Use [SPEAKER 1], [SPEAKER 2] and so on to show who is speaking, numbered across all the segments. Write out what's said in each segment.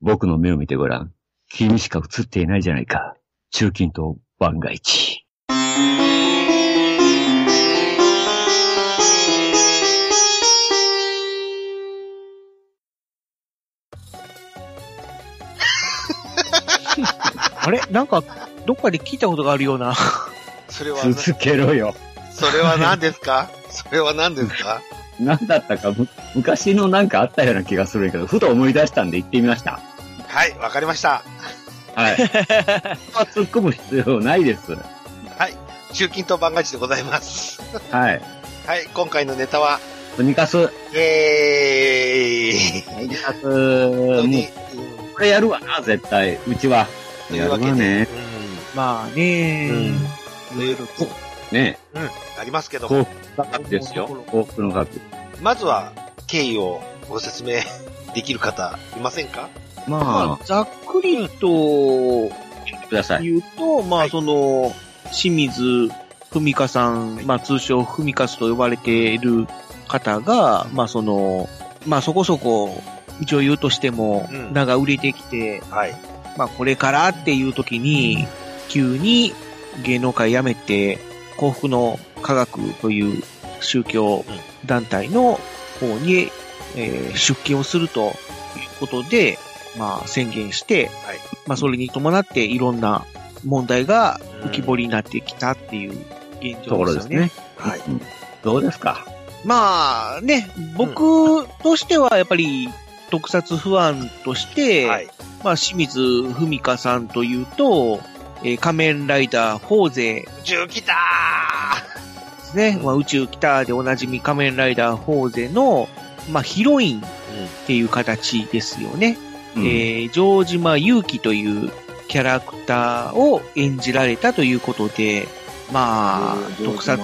[SPEAKER 1] 僕の目を見てごらん。君しか映っていないじゃないか。中近東万が一。
[SPEAKER 2] あれなんか、どっかで聞いたことがあるような。
[SPEAKER 3] それは、
[SPEAKER 1] 続けろよ。
[SPEAKER 3] それは何ですかそれは何ですか
[SPEAKER 1] 何だったか、む昔のなんかあったような気がするけど、ふと思い出したんで行ってみました。
[SPEAKER 3] はい、わかりました。
[SPEAKER 1] はい。ここは突っ込む必要ないです。
[SPEAKER 3] 中近東番外地でございます。
[SPEAKER 1] はい。
[SPEAKER 3] はい、今回のネタは、
[SPEAKER 1] とにかく、
[SPEAKER 3] イエーイ
[SPEAKER 1] とにかく、
[SPEAKER 3] 本当
[SPEAKER 1] も
[SPEAKER 3] に
[SPEAKER 1] う、これやるわな、絶対。うちは。
[SPEAKER 3] とい
[SPEAKER 1] や
[SPEAKER 3] う
[SPEAKER 1] る
[SPEAKER 3] わ
[SPEAKER 1] わ
[SPEAKER 3] けで、
[SPEAKER 1] ね。
[SPEAKER 2] まあね
[SPEAKER 3] うん
[SPEAKER 2] いろいろと。
[SPEAKER 1] ね
[SPEAKER 3] うん、うん、ありますけども、
[SPEAKER 1] 幸福の額ですよ。幸福の額。
[SPEAKER 3] まずは経緯をご説明 できる方いませんか
[SPEAKER 1] ま
[SPEAKER 2] まあ、ざっくりと
[SPEAKER 1] あ、ください。
[SPEAKER 2] 言うと、ま
[SPEAKER 3] は
[SPEAKER 2] あ、
[SPEAKER 3] い
[SPEAKER 2] その、清水文香さん、まあ、通称文香と呼ばれている方が、まあ、その、まあ、そこそこ、女優としても
[SPEAKER 3] うん、
[SPEAKER 2] 名が売れてきて、
[SPEAKER 3] はい。
[SPEAKER 2] まあ、これからっていう時に、急に芸能界辞めて、幸福の科学という宗教団体の方に、えー出勤をするということで、まあ、宣言して、
[SPEAKER 3] はい
[SPEAKER 2] まあ、それに伴っていろんな問題が
[SPEAKER 3] う
[SPEAKER 2] 浮
[SPEAKER 3] ん
[SPEAKER 2] き彫りになってきたっていう現
[SPEAKER 1] とこ
[SPEAKER 2] 状
[SPEAKER 1] ろ
[SPEAKER 2] で
[SPEAKER 1] です
[SPEAKER 2] よ
[SPEAKER 1] す
[SPEAKER 2] ね。
[SPEAKER 1] ね。
[SPEAKER 3] はい。
[SPEAKER 1] うんどうですか
[SPEAKER 2] まあね、僕としてはやっぱり特撮不安として、
[SPEAKER 3] はい。
[SPEAKER 2] まあ、清水文香さんというと、えー仮面ライダーフォーゼ
[SPEAKER 3] 宇宙来た
[SPEAKER 2] ですね。まあ、宇宙北でおなじみ仮面ライダーフォーゼの、まあ、ヒロインっ
[SPEAKER 3] ーうん。
[SPEAKER 2] ていう形ですよね。
[SPEAKER 1] うん
[SPEAKER 2] えー城島祐希というキャラクターを演じられたということで、まあ、特撮、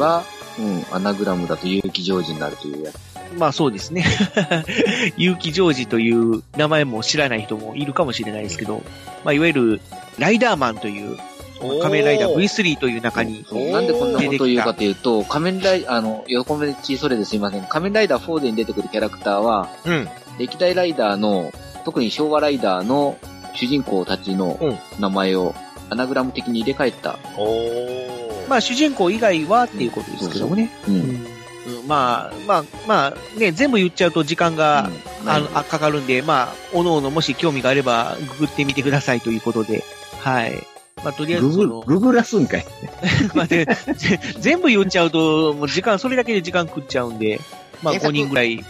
[SPEAKER 4] は、うん、アナグラムだと有機常時になるというやつ。
[SPEAKER 2] まあそうですね。 結城ジョージという名前も知らない人もいるかもしれないですけど、まあいわゆるライダーマンという、まあ仮面ライダー V3 という中に、
[SPEAKER 4] そうなんでこんなことを言うかというと、仮面ライあの、横目ちそれですいません。仮面ライダー4でに出てくるキャラクターは、
[SPEAKER 3] うん。
[SPEAKER 4] 歴代ライダーの、特に昭和ライダーの主人公たちの
[SPEAKER 3] うん
[SPEAKER 4] 名前をアナグラム的に入れ替えた。
[SPEAKER 3] おー。
[SPEAKER 2] まあ主人公以外はっていうことですけどもね。
[SPEAKER 4] うん。
[SPEAKER 2] うんまあ、まあ、まあね、全部言っちゃうと時間が、
[SPEAKER 4] うん
[SPEAKER 2] あのあかかるんで、まあ、おのおのもし興味があれば、ググってみてくださいということで、はい。まあとりあえ
[SPEAKER 1] グ
[SPEAKER 2] ずそ
[SPEAKER 1] グ
[SPEAKER 2] の、
[SPEAKER 1] ググらすんかい。
[SPEAKER 2] まあね、ぜ全部言っちゃうと、もう時間、それだけで時間食っちゃうんで、まあ
[SPEAKER 3] 検
[SPEAKER 2] 5
[SPEAKER 3] 索
[SPEAKER 2] 人ぐらいい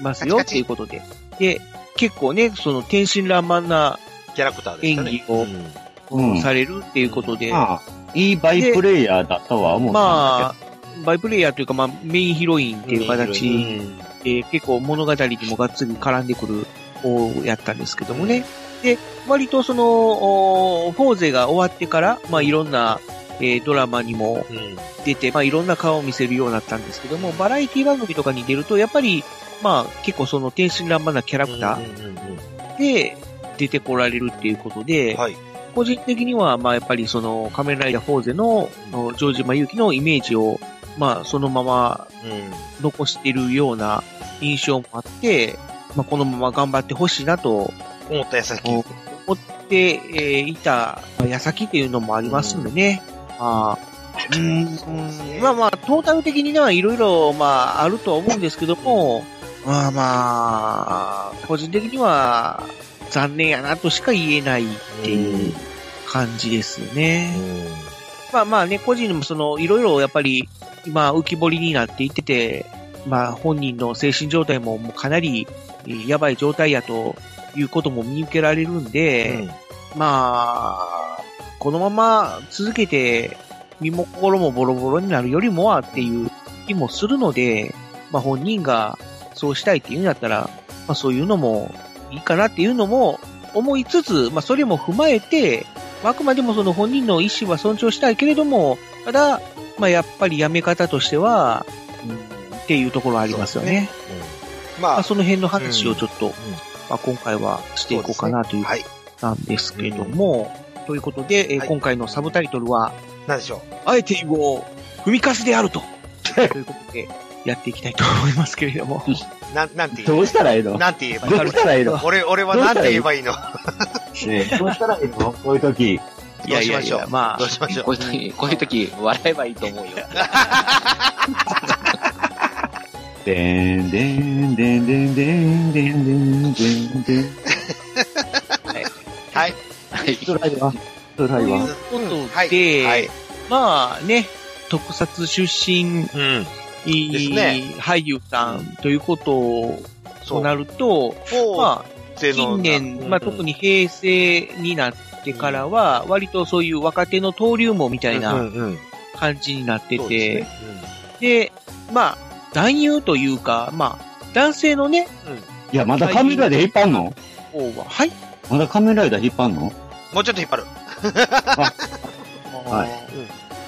[SPEAKER 2] ますよっ
[SPEAKER 3] カチカチ
[SPEAKER 2] ていうことで。で、結構ね、その天真爛漫な
[SPEAKER 3] キャラクターでしたね。
[SPEAKER 2] 演技を
[SPEAKER 3] うん
[SPEAKER 1] うん
[SPEAKER 2] されるっていうことで、ま
[SPEAKER 1] まあ、いいバイプレイヤーだったわ、思う。
[SPEAKER 2] あ、バイプレイヤーというか、まあメインヒロインっていう形
[SPEAKER 3] うん
[SPEAKER 2] で、結構物語にもがっつり絡んでくる方やったんですけどもね。で、割とその、おフォーゼが終わってから、まあいろんな、えードラマにも
[SPEAKER 3] うん。
[SPEAKER 2] 出て、まあ、いろんな顔を見せるようになったんですけども、バラエティ番組とかに出ると、やっぱり、まあ、結構その天真爛漫なキャラクタ
[SPEAKER 3] うんうんうんう
[SPEAKER 2] ーで出てこられるっていうことで、
[SPEAKER 3] んはい。
[SPEAKER 2] 個人的には、まあ、やっぱりその仮面ライダーフォーゼの、のジョージ・マユキのイメージを、まあ、そのまま
[SPEAKER 3] うん。
[SPEAKER 2] 残しているような印象もあって、まあ、このまま頑張ってほしいなと
[SPEAKER 3] 思った矢先。
[SPEAKER 2] 思って、えーいた矢先っていうのもありますんでね。まあうーんまあまあ、トータル的にはいろいろ、まあ、あるとは思うんですけども、まあまあ、個人的には残念やなとしか言えないっていう感じですよ
[SPEAKER 3] う
[SPEAKER 2] ね。
[SPEAKER 3] ん
[SPEAKER 2] まあまあね、個人でもその、いろいろやっぱり、今浮き彫りになっていってて、まあ本人の精神状態ももうかなりえーやばい状態やということも見受けられるんで、
[SPEAKER 3] うん
[SPEAKER 2] まあ、このまま続けて、身も心もボロボロになるよりもはっていう気もするので、まあ本人がそうしたいっていうんだったら、まあそういうのもいいかなっていうのも思いつつ、まあそれも踏まえて、まああくまでもその本人の意思は尊重したいけれども、ただ、まあやっぱりやめ方としては、うんっていうところありますよね。
[SPEAKER 3] うんま
[SPEAKER 2] まあ
[SPEAKER 3] あ、
[SPEAKER 2] その辺の話をちょっと、
[SPEAKER 3] ん
[SPEAKER 2] まあ今回はしていこうかなという
[SPEAKER 3] はい。
[SPEAKER 2] なんですけども、ということで、えー
[SPEAKER 3] はい
[SPEAKER 2] 今回のサブタイトルは、
[SPEAKER 3] なんでしょ
[SPEAKER 2] あえて言おう、踏みかすであると、ということで、やっていきたいと思いますけれども。
[SPEAKER 3] う。なん、なんて言
[SPEAKER 1] どう
[SPEAKER 3] う
[SPEAKER 1] したらいいのど
[SPEAKER 3] なんて言えば
[SPEAKER 1] う
[SPEAKER 3] いいの
[SPEAKER 1] したらいいの
[SPEAKER 3] 俺、俺はなんて言えばいいの
[SPEAKER 1] ねえどうしたらいいのこういう時。
[SPEAKER 2] い
[SPEAKER 3] ど
[SPEAKER 2] や
[SPEAKER 3] う
[SPEAKER 2] い
[SPEAKER 3] し
[SPEAKER 2] や
[SPEAKER 3] ま
[SPEAKER 2] い
[SPEAKER 3] しょ
[SPEAKER 2] や、
[SPEAKER 3] う。
[SPEAKER 2] ま
[SPEAKER 3] どうしましょ
[SPEAKER 4] こ
[SPEAKER 3] う
[SPEAKER 4] う。いう時、こういう時、笑えばいいと思うよ。
[SPEAKER 1] でんでんでんでんでんでんでんでんでん。
[SPEAKER 3] はい。
[SPEAKER 4] はい。
[SPEAKER 1] ドライはドライ
[SPEAKER 2] と
[SPEAKER 1] は
[SPEAKER 2] いうことで
[SPEAKER 3] はいはい。
[SPEAKER 2] あ、まあね、特撮出身
[SPEAKER 3] うん。ですね
[SPEAKER 2] 俳優さんということ
[SPEAKER 3] そ
[SPEAKER 2] と
[SPEAKER 3] う。
[SPEAKER 2] なると、
[SPEAKER 3] もう、
[SPEAKER 2] まあ、
[SPEAKER 3] 性能
[SPEAKER 2] 近
[SPEAKER 3] な
[SPEAKER 2] 年、まあ特
[SPEAKER 3] に、
[SPEAKER 2] に平成になってからは、割とそういう若手の登竜門みたいな感じになって
[SPEAKER 3] そう
[SPEAKER 2] て、
[SPEAKER 3] ですね
[SPEAKER 2] で、まあ、男優というか、まあ、男性のね、
[SPEAKER 1] いや、まだカメラで引っ張んの
[SPEAKER 2] 方は、はい。
[SPEAKER 1] まだカメラで引っ張んの
[SPEAKER 3] うんもうちょっと引っ張る。
[SPEAKER 1] は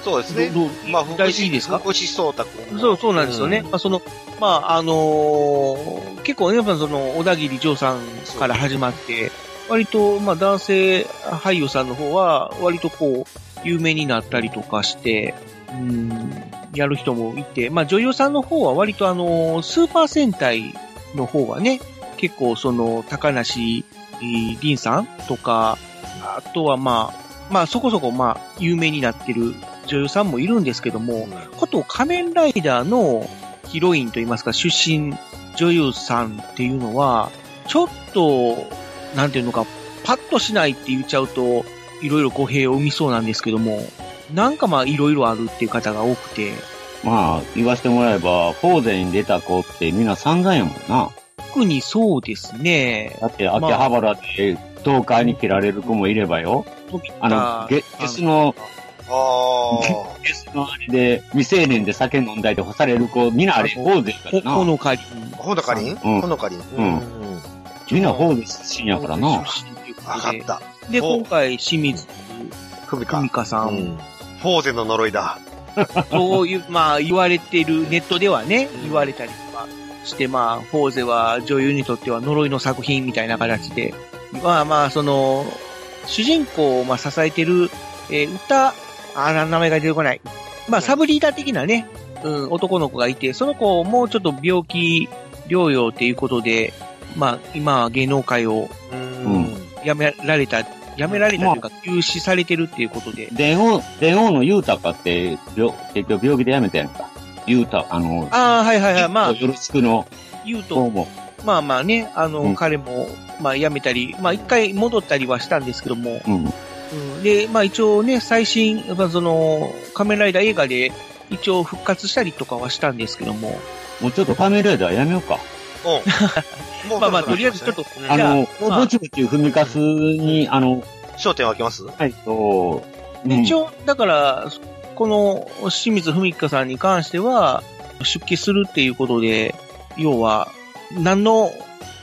[SPEAKER 3] そうですね。
[SPEAKER 2] どう
[SPEAKER 3] まあ、
[SPEAKER 2] 大
[SPEAKER 3] 福
[SPEAKER 2] 事
[SPEAKER 3] 士、
[SPEAKER 2] いいですか
[SPEAKER 3] 福士蒼太君。
[SPEAKER 2] そう、そうなんですよね。
[SPEAKER 3] うん
[SPEAKER 2] まあ、その、まあ、あのー結構ね、やっぱその、小田切丈さんから始まって、割と、まあ、男性俳優さんの方は、割とこう、有名になったりとかして、うん、やる人もいて、まあ、女優さんの方は割とあのースーパー戦隊の方はね、結構その、高梨えー凛さんとか、あとはまあ、まあ、そこそこまあ、有名になってる女優さんもいるんですけども、こと仮面ライダーのヒロインといいますか、出身女優さんっていうのは、ちょっと、なんていうのか、パッとしないって言っちゃうと、いろいろ語弊を生みそうなんですけども、なんかまあいろいろあるっていう方が多くて、
[SPEAKER 1] い。まあ、言わせてもらえば、フォーゼに出た子ってみんな散々やもんな。
[SPEAKER 2] 特にそうですね、
[SPEAKER 1] だって、秋葉原でトーカーに切られる子もいればよ。あの、ゲゲスの、
[SPEAKER 3] ああ。
[SPEAKER 1] ゲスのあれで、未成年で酒飲んだりで干される子、みんなあれ、
[SPEAKER 2] あ
[SPEAKER 1] フ
[SPEAKER 2] の
[SPEAKER 1] ォーゼや
[SPEAKER 2] ほ、
[SPEAKER 1] から
[SPEAKER 2] ほ
[SPEAKER 1] な。
[SPEAKER 2] のかり。
[SPEAKER 3] ほのかりん
[SPEAKER 1] うん
[SPEAKER 3] ほのかりん。うんん。
[SPEAKER 1] みんなフォーゼ出身やからな。
[SPEAKER 2] 出身というこ
[SPEAKER 3] わ
[SPEAKER 2] と
[SPEAKER 3] かっ
[SPEAKER 2] で
[SPEAKER 3] た。
[SPEAKER 2] で、
[SPEAKER 3] お
[SPEAKER 2] 今回、清水
[SPEAKER 3] ふみか。
[SPEAKER 2] 文香さ
[SPEAKER 3] うんん。フォーゼの呪いだ。
[SPEAKER 2] そういう、まあ、言われてる、ネットではね
[SPEAKER 3] うん、
[SPEAKER 2] 言われたりとかして、まあ、フォーゼは女優にとっては呪いの作品みたいな形で、まあまあ、その、主人公をまあ支えてる、えー歌、あら、名前が出てこない。まあ、サブリーダー的なね、うん、男の子がいて、その子もちょっと病気療養っていうことで、まあ、今は芸能界を
[SPEAKER 3] うん。
[SPEAKER 2] 辞められた、辞められたというか、休止されてるっていうことで、
[SPEAKER 1] 電王、電王のユータかって、病結局病気でやめたやんか。ユータ、あの、
[SPEAKER 2] ああ、はいはいはい、まあ、
[SPEAKER 1] よろしくの
[SPEAKER 2] 言うと、
[SPEAKER 1] 方も。
[SPEAKER 2] まあまあね、あの、
[SPEAKER 1] うん
[SPEAKER 2] 彼も、まあ辞めたり、まあ一回戻ったりはしたんですけども、
[SPEAKER 1] うん。
[SPEAKER 2] うんで、まあ一応ね、最新、まあその、仮面ライダー映画で一応復活したりとかはしたんですけども、
[SPEAKER 1] もうちょっと仮面ライダーやめようか。
[SPEAKER 3] うん。もう
[SPEAKER 2] まあまあとりあえずちょっと
[SPEAKER 3] うん
[SPEAKER 2] じ
[SPEAKER 1] あ
[SPEAKER 2] ゃあ
[SPEAKER 1] の、
[SPEAKER 2] まあ
[SPEAKER 1] ぼちぼち踏みかすに、あの、
[SPEAKER 3] 焦点を開けます
[SPEAKER 1] はい、と、うん
[SPEAKER 2] 一応、だから、この清水文香さんに関しては、出家するっていうことで、要は、何の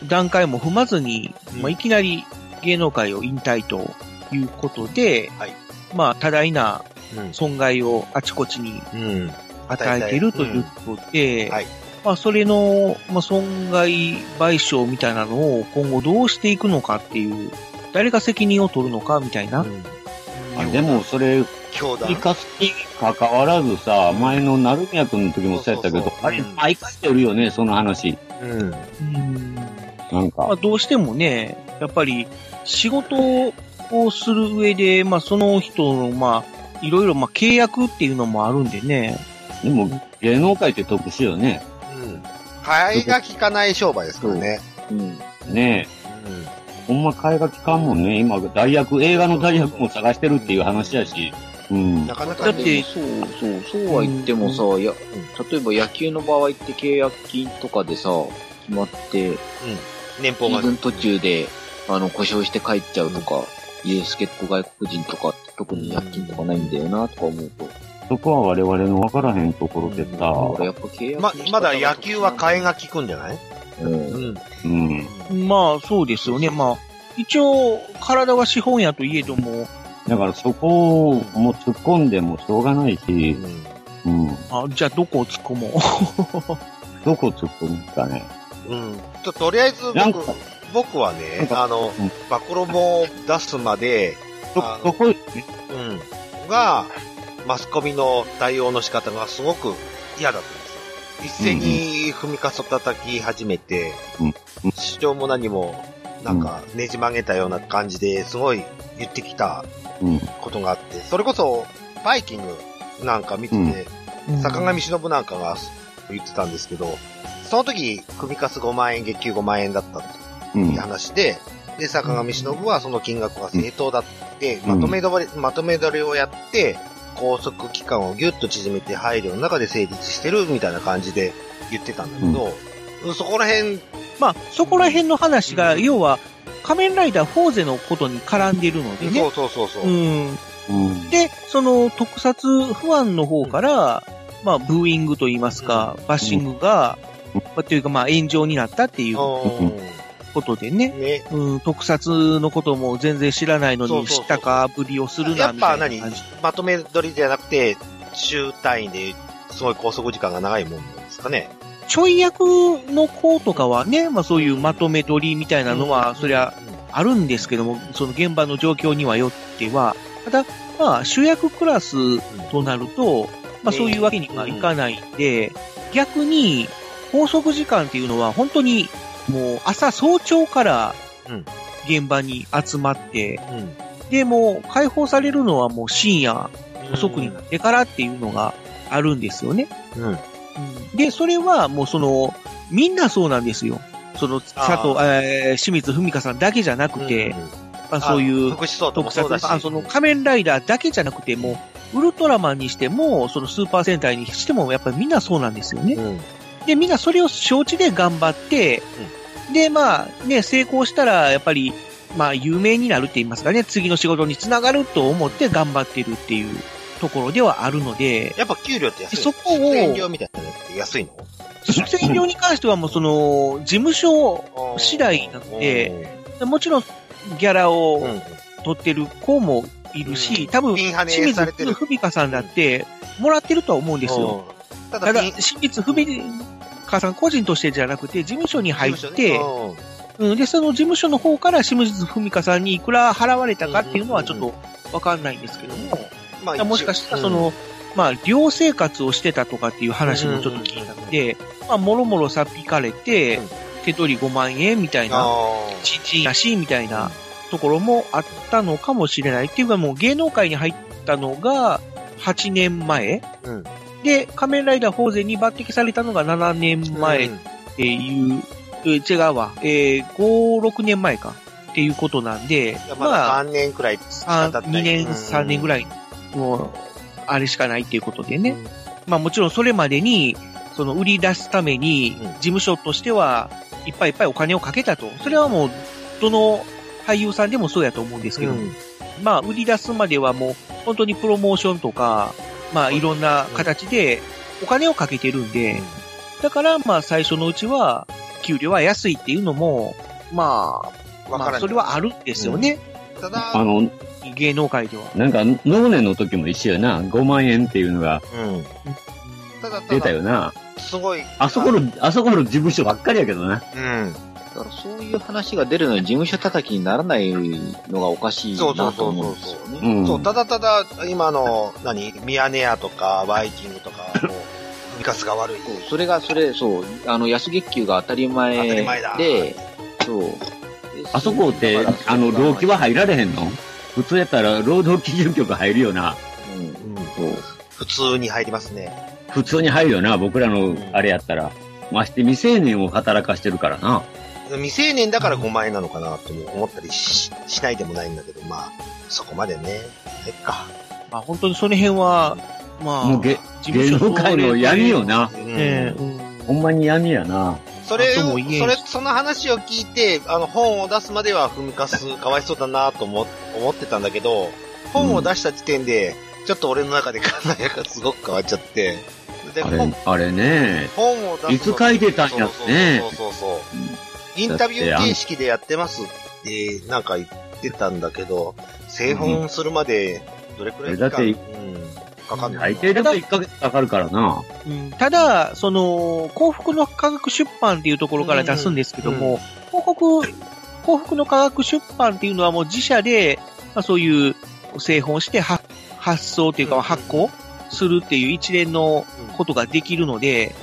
[SPEAKER 2] 段階も踏まずに、
[SPEAKER 3] うん
[SPEAKER 2] まあいきなり芸能界を引退ということで、
[SPEAKER 3] はい
[SPEAKER 2] まあ多大な
[SPEAKER 3] うん。
[SPEAKER 2] 損害をあちこちに
[SPEAKER 3] うん。
[SPEAKER 2] 与えてるということで、
[SPEAKER 3] んはい
[SPEAKER 2] まあ、それの、まあ、損害賠償みたいなのを今後どうしていくのかっていう、誰が責任を取るのかみたいな。
[SPEAKER 3] うん
[SPEAKER 1] あでも、それ、
[SPEAKER 3] 教団
[SPEAKER 1] 生。かすに関わらずさ、前の成宮君の時もそうやったけ
[SPEAKER 3] そう
[SPEAKER 1] ど
[SPEAKER 3] そう、そう
[SPEAKER 1] あれ
[SPEAKER 3] うん、
[SPEAKER 1] 毎回してるよね、その話。
[SPEAKER 3] うん。
[SPEAKER 2] うん
[SPEAKER 1] なん
[SPEAKER 2] まあ、
[SPEAKER 1] か。
[SPEAKER 2] どうしてもね、やっぱり仕事をする上で、まあ、その人の、まあ、いろいろ、まあ、契約っていうのもあるんでね。
[SPEAKER 1] でも、芸能界って特殊よね。
[SPEAKER 3] うん。替えが効かない商売ですからね。
[SPEAKER 4] うん。
[SPEAKER 1] ね
[SPEAKER 3] うん。
[SPEAKER 1] え、ほんま替えが利かんもんね。今、大役、映画の大役も探してるっていう話やし。うん
[SPEAKER 3] な。かな
[SPEAKER 4] だ
[SPEAKER 3] か
[SPEAKER 4] っ
[SPEAKER 3] ね、
[SPEAKER 4] て、そうそう、そうは言ってもさ、や、例えば野球の場合って契約金とかでさ、決まって、シ
[SPEAKER 3] 年俸が
[SPEAKER 4] ーズ。ン途中で、あの、故障して帰っちゃうとか、家助っ人外国人とかって特に薬金とかないんだよな、とか思うと。
[SPEAKER 1] そこは我々の分からへんところでさ、
[SPEAKER 4] だからやっぱ契約
[SPEAKER 3] ま
[SPEAKER 4] の仕、方
[SPEAKER 3] ま
[SPEAKER 4] が
[SPEAKER 3] だ野球は替えが効くんじゃない
[SPEAKER 4] うん。
[SPEAKER 3] ん。
[SPEAKER 1] うん。
[SPEAKER 2] まあ、そうですよね。まあ、一応、体は資本やといえども、
[SPEAKER 1] だからそこをもう突っ込んでもしょうがないし、うん。
[SPEAKER 2] あじゃあどこを突っ込もう。
[SPEAKER 1] どこ突っ込むかね。
[SPEAKER 3] うん。と、とりあえず
[SPEAKER 1] なん
[SPEAKER 3] 僕
[SPEAKER 1] か、
[SPEAKER 3] 僕は
[SPEAKER 1] なん
[SPEAKER 3] ね、
[SPEAKER 1] か
[SPEAKER 3] あの
[SPEAKER 1] うん、
[SPEAKER 3] 暴露本を出すまで、
[SPEAKER 1] そ
[SPEAKER 3] あ、
[SPEAKER 1] そ
[SPEAKER 3] の
[SPEAKER 1] こ、
[SPEAKER 3] うん。が、マスコミの対応の仕方がすごく嫌だったんですよ。一斉に踏みかそ叩き始めて
[SPEAKER 1] うん、
[SPEAKER 3] 主張も何も、なんか、ねじ曲げたような感じですごい言ってきた
[SPEAKER 1] うん。
[SPEAKER 3] ことがあって、それこそ、バイキングなんか見てて、坂上忍なんかが言ってたんですけど、その時、組みかす5万円、月給5万円だったって
[SPEAKER 1] うん。うん。
[SPEAKER 3] 話で、で、坂上忍はその金額が正当だって、
[SPEAKER 1] うん
[SPEAKER 3] まとめ取り、まとめ取りをやって、拘束期間をぎゅっと縮めて配慮の中で成立してるみたいな感じで言ってたんだけど、うんそこら辺、
[SPEAKER 2] まあ、そこら辺の話が、
[SPEAKER 3] うん
[SPEAKER 2] 要は、仮面ライダーフォーゼのことに絡んでるので
[SPEAKER 3] そ
[SPEAKER 2] ね
[SPEAKER 3] う。そうそうそうう、
[SPEAKER 2] ん。で、その特撮不安の方から、まあ、ブーイングと言いますか、バッシングが、
[SPEAKER 1] うん
[SPEAKER 2] まあ、というか、まあ、炎上になったっていうこ
[SPEAKER 3] うん
[SPEAKER 2] とでね。
[SPEAKER 3] ね。
[SPEAKER 2] うん、特撮のことも全然知らないの
[SPEAKER 3] そう
[SPEAKER 2] に
[SPEAKER 3] そうそ
[SPEAKER 2] 知
[SPEAKER 3] う
[SPEAKER 2] ったかぶりをするな、
[SPEAKER 3] やっ
[SPEAKER 2] みた
[SPEAKER 3] ぱ
[SPEAKER 2] いな
[SPEAKER 3] 何
[SPEAKER 2] 感じ。
[SPEAKER 3] まとめ取りじゃなくて、週単位ですごい拘束時間が長いもんなんですかね。
[SPEAKER 2] ちょい役の子とかはね、まあそういうまとめ取りみたいなのは、そりゃあるんですけども、その現場の状況にはよっては、ただ、まあ主役クラスとなると、まあそういうわけにはいかないんで、逆に拘束時間っていうのは本当にもう朝早朝から
[SPEAKER 3] うん
[SPEAKER 2] 現場に集まって、
[SPEAKER 3] うん、うん
[SPEAKER 2] で、もう解放されるのはもう深夜遅くになっ
[SPEAKER 3] う
[SPEAKER 2] てからっていうのがあるんですよね。
[SPEAKER 3] ん。
[SPEAKER 2] で、それはもうその、みんなそうなんですよ。その、佐
[SPEAKER 3] あー
[SPEAKER 2] 藤、えー清水文香さんだけじゃなくて、
[SPEAKER 3] うん、
[SPEAKER 2] まあ、そういう
[SPEAKER 3] 福祉層とも
[SPEAKER 2] 特
[SPEAKER 3] そ
[SPEAKER 2] 撮
[SPEAKER 3] うだし、
[SPEAKER 2] あその仮面ライダーだけじゃなくても、ウルトラマンにしても、そのスーパー戦隊にしても、やっぱりみんなそうなんですよね。
[SPEAKER 3] うん
[SPEAKER 2] で、みんなそれを承知で頑張って、で、まあね、成功したら、やっぱり、まあ有名になるって言いますかね、次の仕事につながると思って頑張ってるっていうところではあるので、
[SPEAKER 3] やっぱ給料って安いの
[SPEAKER 2] そこを
[SPEAKER 3] 出演料みたいなのって安いの
[SPEAKER 2] 出演料に関してはもうその、事務所次第なので、もちろんギャラ
[SPEAKER 3] うん
[SPEAKER 2] を取ってる子もいるし、多分、
[SPEAKER 3] ピンハ
[SPEAKER 2] 清
[SPEAKER 3] ネされて
[SPEAKER 2] 水
[SPEAKER 3] る。
[SPEAKER 2] ふみかさんだって、もらってるとは思うんですよ。
[SPEAKER 3] うんた
[SPEAKER 2] ただ、
[SPEAKER 3] だ、ピン
[SPEAKER 2] 清水ふみかさん個人としてじゃなくて、事務所に入っ
[SPEAKER 3] 事務
[SPEAKER 2] て、
[SPEAKER 3] 所ね
[SPEAKER 2] うん、で、その事務所の方から清水ふみかさんにいくら払われたかっていうのはちょっ
[SPEAKER 3] うん
[SPEAKER 2] とわかんないんですけども、
[SPEAKER 3] うんまあ
[SPEAKER 2] いやもしかしたらそ、の、まあ、寮生活をしてたとかっていう話もちょっと聞いたので、まあ、もろもろさっぴかれて
[SPEAKER 3] うん、
[SPEAKER 2] 手取り5万円みたい
[SPEAKER 3] 一応うん
[SPEAKER 2] な、
[SPEAKER 3] あー
[SPEAKER 2] ちんちんやし、みたいなところもあったのかもしれない。っていうかもう芸能界に入ったのが8年前。
[SPEAKER 3] うん
[SPEAKER 2] で、仮面ライダーフォーゼに抜擢されたのが7年前っ
[SPEAKER 3] うん
[SPEAKER 2] ていう、えー違うわ、えー、5、6年前かっていうことなんで
[SPEAKER 3] いや、ま
[SPEAKER 2] まあ
[SPEAKER 3] だ、3年くらいしか経って
[SPEAKER 2] 2
[SPEAKER 3] ない
[SPEAKER 2] 年、3年ぐらい、もう、あれしかないっていうことでね。まあもちろんそれまでに、その売り出すために
[SPEAKER 3] うん、
[SPEAKER 2] 事務所としてはいっぱいいっぱいお金をかけたと。それはもう、どの俳優さんでもそうやと思うんですけど、
[SPEAKER 3] うん
[SPEAKER 2] まあ売り出すまではもう、本当にプロモーションとか、まあいろんな形でお金をかけてるんで、だからまあ最初のうちは、給料は安いっていうのも、まあ、
[SPEAKER 3] わ
[SPEAKER 2] ま
[SPEAKER 3] からな
[SPEAKER 2] あ
[SPEAKER 3] い
[SPEAKER 2] それはあるんですよね、
[SPEAKER 3] ただ、
[SPEAKER 1] あの、
[SPEAKER 2] 芸能界では。
[SPEAKER 1] なんか、能年の時も一緒やな。5万円っていうのが
[SPEAKER 3] うんただ、
[SPEAKER 1] 出た
[SPEAKER 3] ただ、
[SPEAKER 1] よな。
[SPEAKER 3] すごい。
[SPEAKER 1] あそこの、あそこの事務所ばっかりやけどな。
[SPEAKER 3] うん。
[SPEAKER 4] だからそういう話が出るのに事務所叩きにならないのがおかしいなと思うんですよ
[SPEAKER 3] そうそうそう
[SPEAKER 1] う
[SPEAKER 4] ね。
[SPEAKER 1] ん。
[SPEAKER 3] そう、ただただ、今の、何ミヤネ屋とか、バイキングとか、もう、踏みかすが悪い。
[SPEAKER 4] そうそれが、それ、そう、あの、安月給が当たり前
[SPEAKER 3] 当たり前だ
[SPEAKER 4] で、そう。で
[SPEAKER 1] あそこって
[SPEAKER 4] だか、ら
[SPEAKER 1] あの、老基は入られへんの普通やったら労働基準局入るよな。
[SPEAKER 4] うん
[SPEAKER 3] うん
[SPEAKER 4] そう
[SPEAKER 3] 普通に入りますね。
[SPEAKER 1] 普通に入るよな、僕らのあれやったら。まして未成年を働かしてるからな。
[SPEAKER 3] 未成年だから5万円なのかなとも思ったりししないでもないんだけど、まあ、そこまでね、ないか。
[SPEAKER 2] まあ本当にその辺は、まあ、
[SPEAKER 1] もうげ
[SPEAKER 2] 事務
[SPEAKER 1] 芸
[SPEAKER 2] 所と
[SPEAKER 1] 能界の闇よ。な。
[SPEAKER 3] うん
[SPEAKER 2] ええ
[SPEAKER 1] ほんまに闇やな。
[SPEAKER 3] それ
[SPEAKER 2] あと
[SPEAKER 3] を、
[SPEAKER 2] も言えんし
[SPEAKER 3] それ、その話を聞いて、あの、本を出すまでは、ふみかす、かわいそうだなと思、思ってたんだけど、本を出した時点で、ちょっと俺の中で考えがすごく変わっちゃって、で、
[SPEAKER 1] あ
[SPEAKER 3] 本
[SPEAKER 1] れ、あれね。
[SPEAKER 3] 本を出すの
[SPEAKER 1] いつ書いてたんやってね
[SPEAKER 3] そうそうそうそうそう。インタビュー形式でやってますって、なんか言ってたんだけど、製本するまで、どれくらい期間
[SPEAKER 1] だって
[SPEAKER 3] うん、かかんな
[SPEAKER 1] 大
[SPEAKER 3] いな。
[SPEAKER 1] 抵でも1ヶ月かかるからな。
[SPEAKER 2] うんただ、その、幸福の科学出版っていうところから出すんですけども、広告、幸福の科学出版っていうのはもう自社で、まあ、そういう製本しては発送という
[SPEAKER 3] うん
[SPEAKER 2] か発行するっていう一連のことができるので、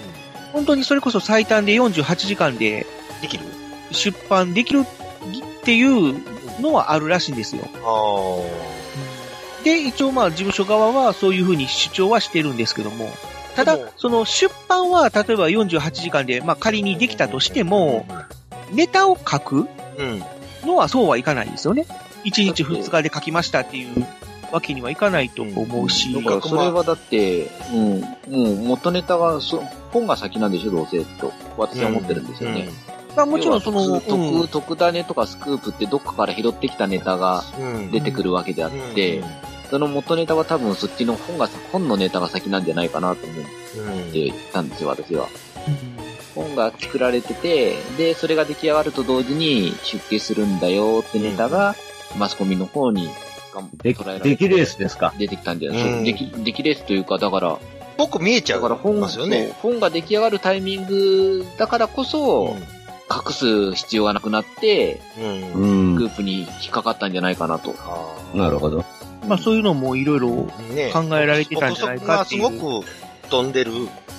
[SPEAKER 2] 本当にそれこそ最短で48時間で
[SPEAKER 3] できる
[SPEAKER 2] 出版できるっていうのはあるらしいんですよ。
[SPEAKER 3] ああ。
[SPEAKER 2] で、一応まあ事務所側はそういうふうに主張はしてるんですけども、ただ
[SPEAKER 3] でも、
[SPEAKER 2] その出版は例えば48時間で、まあ仮にできたとしても、ネタを書く
[SPEAKER 3] うん。
[SPEAKER 2] のはそうはいかないですよね。1日2日で書きましたっていうわけにはいかないと思うし、
[SPEAKER 3] うん
[SPEAKER 4] だからそれはだって、うん、もう元ネタがそ、本が先なんでしょ、どうせ、と、私は思ってるんですよね。
[SPEAKER 2] まあもちろんその、
[SPEAKER 4] 要は特
[SPEAKER 2] うん
[SPEAKER 4] 特、特ダネとかスクープってどっかから拾ってきたネタが
[SPEAKER 3] うん。
[SPEAKER 4] 出てくるわけであって、
[SPEAKER 3] うん
[SPEAKER 4] その元ネタは多分そっちの本が、本のネタが先なんじゃないかなと思っ
[SPEAKER 3] うん。
[SPEAKER 4] てたんですよ、私は。本が作られてて、で、それが出来上がると同時に出家するんだよってネタが、マスコミの方に
[SPEAKER 1] で
[SPEAKER 4] 捉えられて
[SPEAKER 1] 出来レースですか
[SPEAKER 4] 出てきたんじゃないです
[SPEAKER 3] うん
[SPEAKER 4] か。出来出来レースというか、だから、
[SPEAKER 3] 僕見えちゃ
[SPEAKER 4] だ
[SPEAKER 3] う。
[SPEAKER 4] から本
[SPEAKER 3] で
[SPEAKER 4] が、
[SPEAKER 3] すよね。
[SPEAKER 4] 本が出来上がるタイミングだからこそ、隠す必要がなくなって、
[SPEAKER 3] うん。
[SPEAKER 1] う
[SPEAKER 3] う
[SPEAKER 1] ん
[SPEAKER 3] ん。
[SPEAKER 4] グ。ープに引っかかったんじゃないかなと。
[SPEAKER 3] あー
[SPEAKER 1] なるほど。
[SPEAKER 2] まあそういうのもいろいろ
[SPEAKER 3] ね
[SPEAKER 2] 考えられてたんじゃないかっていう
[SPEAKER 3] 憶測がすごく飛んでる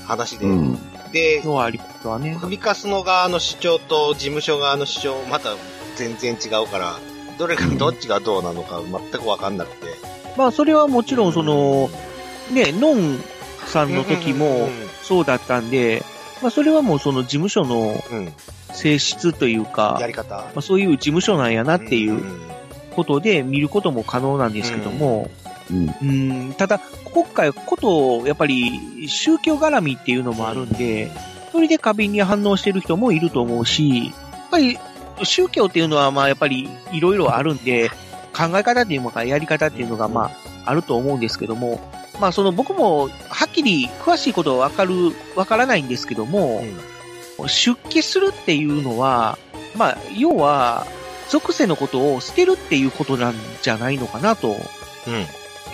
[SPEAKER 3] 話で。
[SPEAKER 1] うん。
[SPEAKER 3] で、
[SPEAKER 2] のはありますわね。
[SPEAKER 3] 踏みかすの側の主張と事務所側の主張、また全然違うから、どれが、どっちがどうなのか全くわかんなくて。
[SPEAKER 2] まあそれはもちろんその、
[SPEAKER 3] う
[SPEAKER 2] ね、ノンさん
[SPEAKER 3] ん、
[SPEAKER 2] の時もそうだったんで、まあそれはもうその事務所の
[SPEAKER 3] うん、うん、
[SPEAKER 2] 性質というか
[SPEAKER 3] や、り方。
[SPEAKER 2] まあそういう事務所なんやなってい
[SPEAKER 3] ん
[SPEAKER 2] うことで見ることも可能なんですけども、
[SPEAKER 1] うん。
[SPEAKER 2] うん、ただ、今回こと、やっぱり宗教絡みっていうのもあるんで、それで過敏に反応してる人もいると思うし、やっぱり宗教っていうのはまあやっぱりいろいろあるんで、考え方っていうのかやり方っていうのがまああると思うんですけども、まあその僕もはっきり詳しいことはわかる、わからないんですけども、出家するっていうのは、まあ要は属性のことを捨てるっていうことなんじゃないのかなと
[SPEAKER 3] うん。うん。